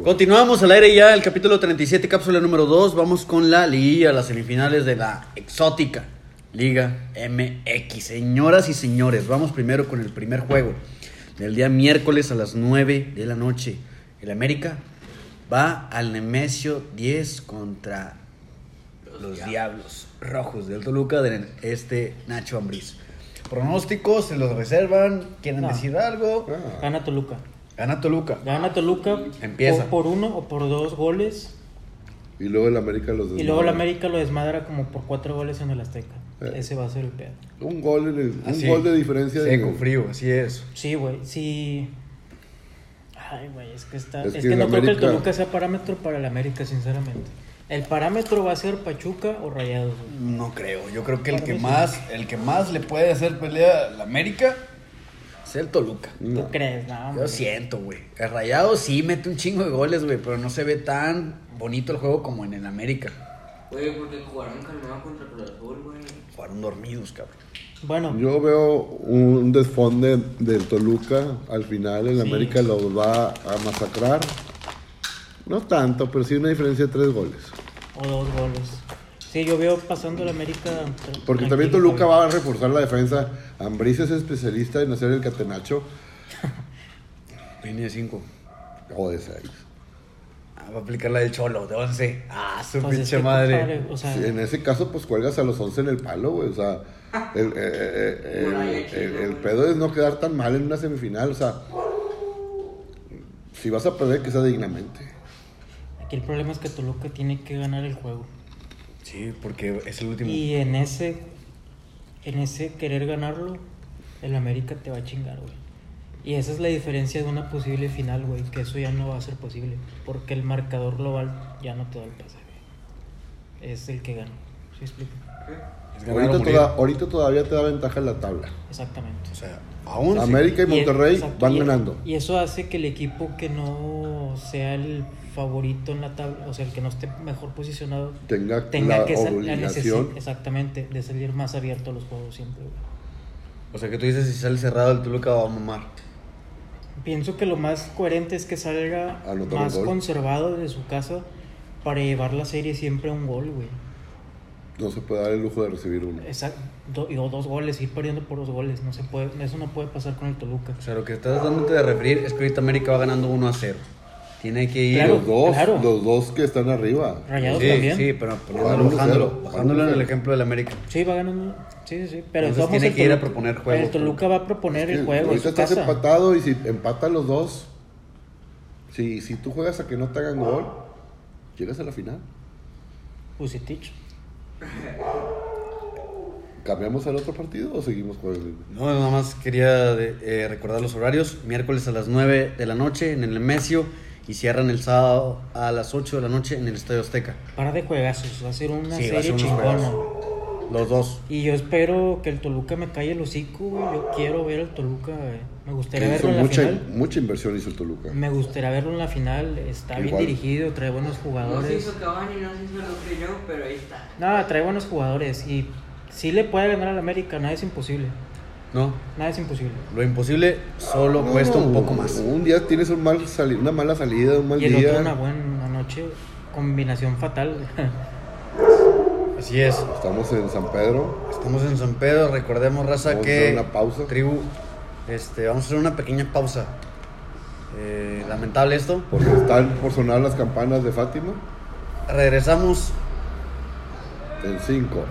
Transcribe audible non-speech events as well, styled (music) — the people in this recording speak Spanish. Continuamos al aire ya el capítulo 37, cápsula número 2. Vamos con la liguilla, las semifinales de la exótica Liga MX. Señoras y señores, vamos primero con el primer juego del día miércoles a las 9 de la noche. El América va al Nemesio 10 contra los Diablos Rojos del Toluca de este Nacho Ambriz. Pronósticos, se los reservan, quieren No. ¿Eh? decir algo. Gana Toluca. Gana Toluca. Gana Toluca Empieza. o por uno o por dos goles. Y luego el América los Y luego el desmadra. América lo desmadra como por cuatro goles en el Azteca. Eh. Ese va a ser el pedo. Un gol, en el- Ah, un Así. gol de diferencia. de- Seco, frío, así es. Sí, güey. Sí. Ay, güey, es que está. Es Es, que que, el no creo que el América- Toluca sea parámetro para el América, sinceramente. El parámetro va a ser Pachuca o Rayados, güey. No creo. Yo creo que el Para que mí sí. más, el que más le puede hacer pelea a la América es el Toluca. No. ¿Tú crees? No, Yo güey. siento, güey. El Rayado sí mete un chingo de goles, güey, pero no se ve tan bonito el juego como en el América. Oye, porque jugaron calmado contra Cruz Azul, güey. Fueron dormidos, cabrón. Bueno, Yo veo un desfonde del Toluca al final. El Sí. América los va a masacrar. No tanto, pero sí una diferencia de tres goles. o dos goles. Sí, yo veo pasando el América. tra- Porque también tranquilo, Toluca güey. va a reforzar la defensa. Ambriz es especialista en hacer el catenacho. Línea 5. O de seis. Ah, va a aplicar la del Cholo, de 11. Ah, su Pues es pinche que, madre. compadre, o sea, Sí, en ese caso, pues cuelgas a los 11 en el palo, güey. O sea, el, eh, eh, eh, Bueno, ahí el- aquí, el- ¿no? el pedo es no quedar tan mal en una semifinal. O sea, si vas a perder, que sea dignamente. aquí el problema es que Toluca tiene que ganar el juego. Sí, porque es el último. Y eh, en ese, en ese querer ganarlo, el América te va a chingar, güey. Y esa es la diferencia de una posible final, güey, que eso ya no va a ser posible, porque el marcador global ya no te da el pase, güey. Es el que gana, ¿sí explico? Es ganar o Ahorita, morir. toda- ahorita todavía te da ventaja en la tabla. Exactamente. O sea, a 11. América y Y es- Monterrey exacto, van y- ganando. Y eso hace que el equipo que no sea el favorito en la tabla, o sea, el que no esté mejor posicionado, Tenga, tenga la que sa- la obligación. necesi- exactamente de salir más abierto a los juegos siempre. güey. O sea, que tú dices si sale cerrado el Toluca va a mamar. Pienso que lo más coherente es que salga Anotar un más gol. conservado de su casa para llevar la serie siempre a un gol, güey. No se puede dar el lujo de recibir uno. Exacto. o dos goles, ir perdiendo por dos goles. No se puede, eso no puede pasar con el Toluca. O sea, lo que estás dándote de referir es que ahorita América va ganando 1 a 0. Tiene que ir. Y Claro, los dos, claro. los dos que están arriba. Rayados sí, también. sí, Sí. pero Vamos poniéndolo, a cero, bajándolo, vamos bajándolo a en el cero. ejemplo del América. va ganando. Sí, sí, sí. Pero Entonces de todos modos tiene el que ir a Toluca- proponer juego, El Toluca va a proponer Es que el juego en Ahorita su estás casa. empatado y si empatan los dos, si, si tú juegas a que no te hagan gol, llegas a la final. Vucetich. ¿Cambiamos al otro partido o seguimos jugando? No, nada más quería de- eh, recordar los horarios. Miércoles a las 9 de la noche en el Nemesio y cierran el sábado a las 8 de la noche en el Estadio Azteca. Para de juegazos. Va a ser una Sí, va a ser serie unos chingona. juegazos. Los dos. Y yo espero que el Toluca me calle el hocico, güey. Yo quiero ver al Toluca, güey. Me gustaría Que hizo verlo en la mucha, final. mucha inversión hizo el Toluca. Me gustaría verlo en la final. Está bien Igual. dirigido, trae buenos No se jugadores. hizo Cavani, no se hizo lo que yo, pero ahí está. Nada, trae buenos jugadores. Y sí le puede ganar al América, nada es imposible. No, Nada es imposible. lo imposible solo cuesta un poco más. Un día tienes un mal sali- una mala salida, un mal Y el día. otro una buena noche, combinación fatal. (laughs) Así es. Estamos en San Pedro. Estamos en San Pedro, recordemos, raza, Vamos a que. hacer una pausa. Tribu, este, vamos a hacer una pequeña pausa. Eh, lamentable esto. Porque están por sonar las campanas de Fátima. Regresamos En 5,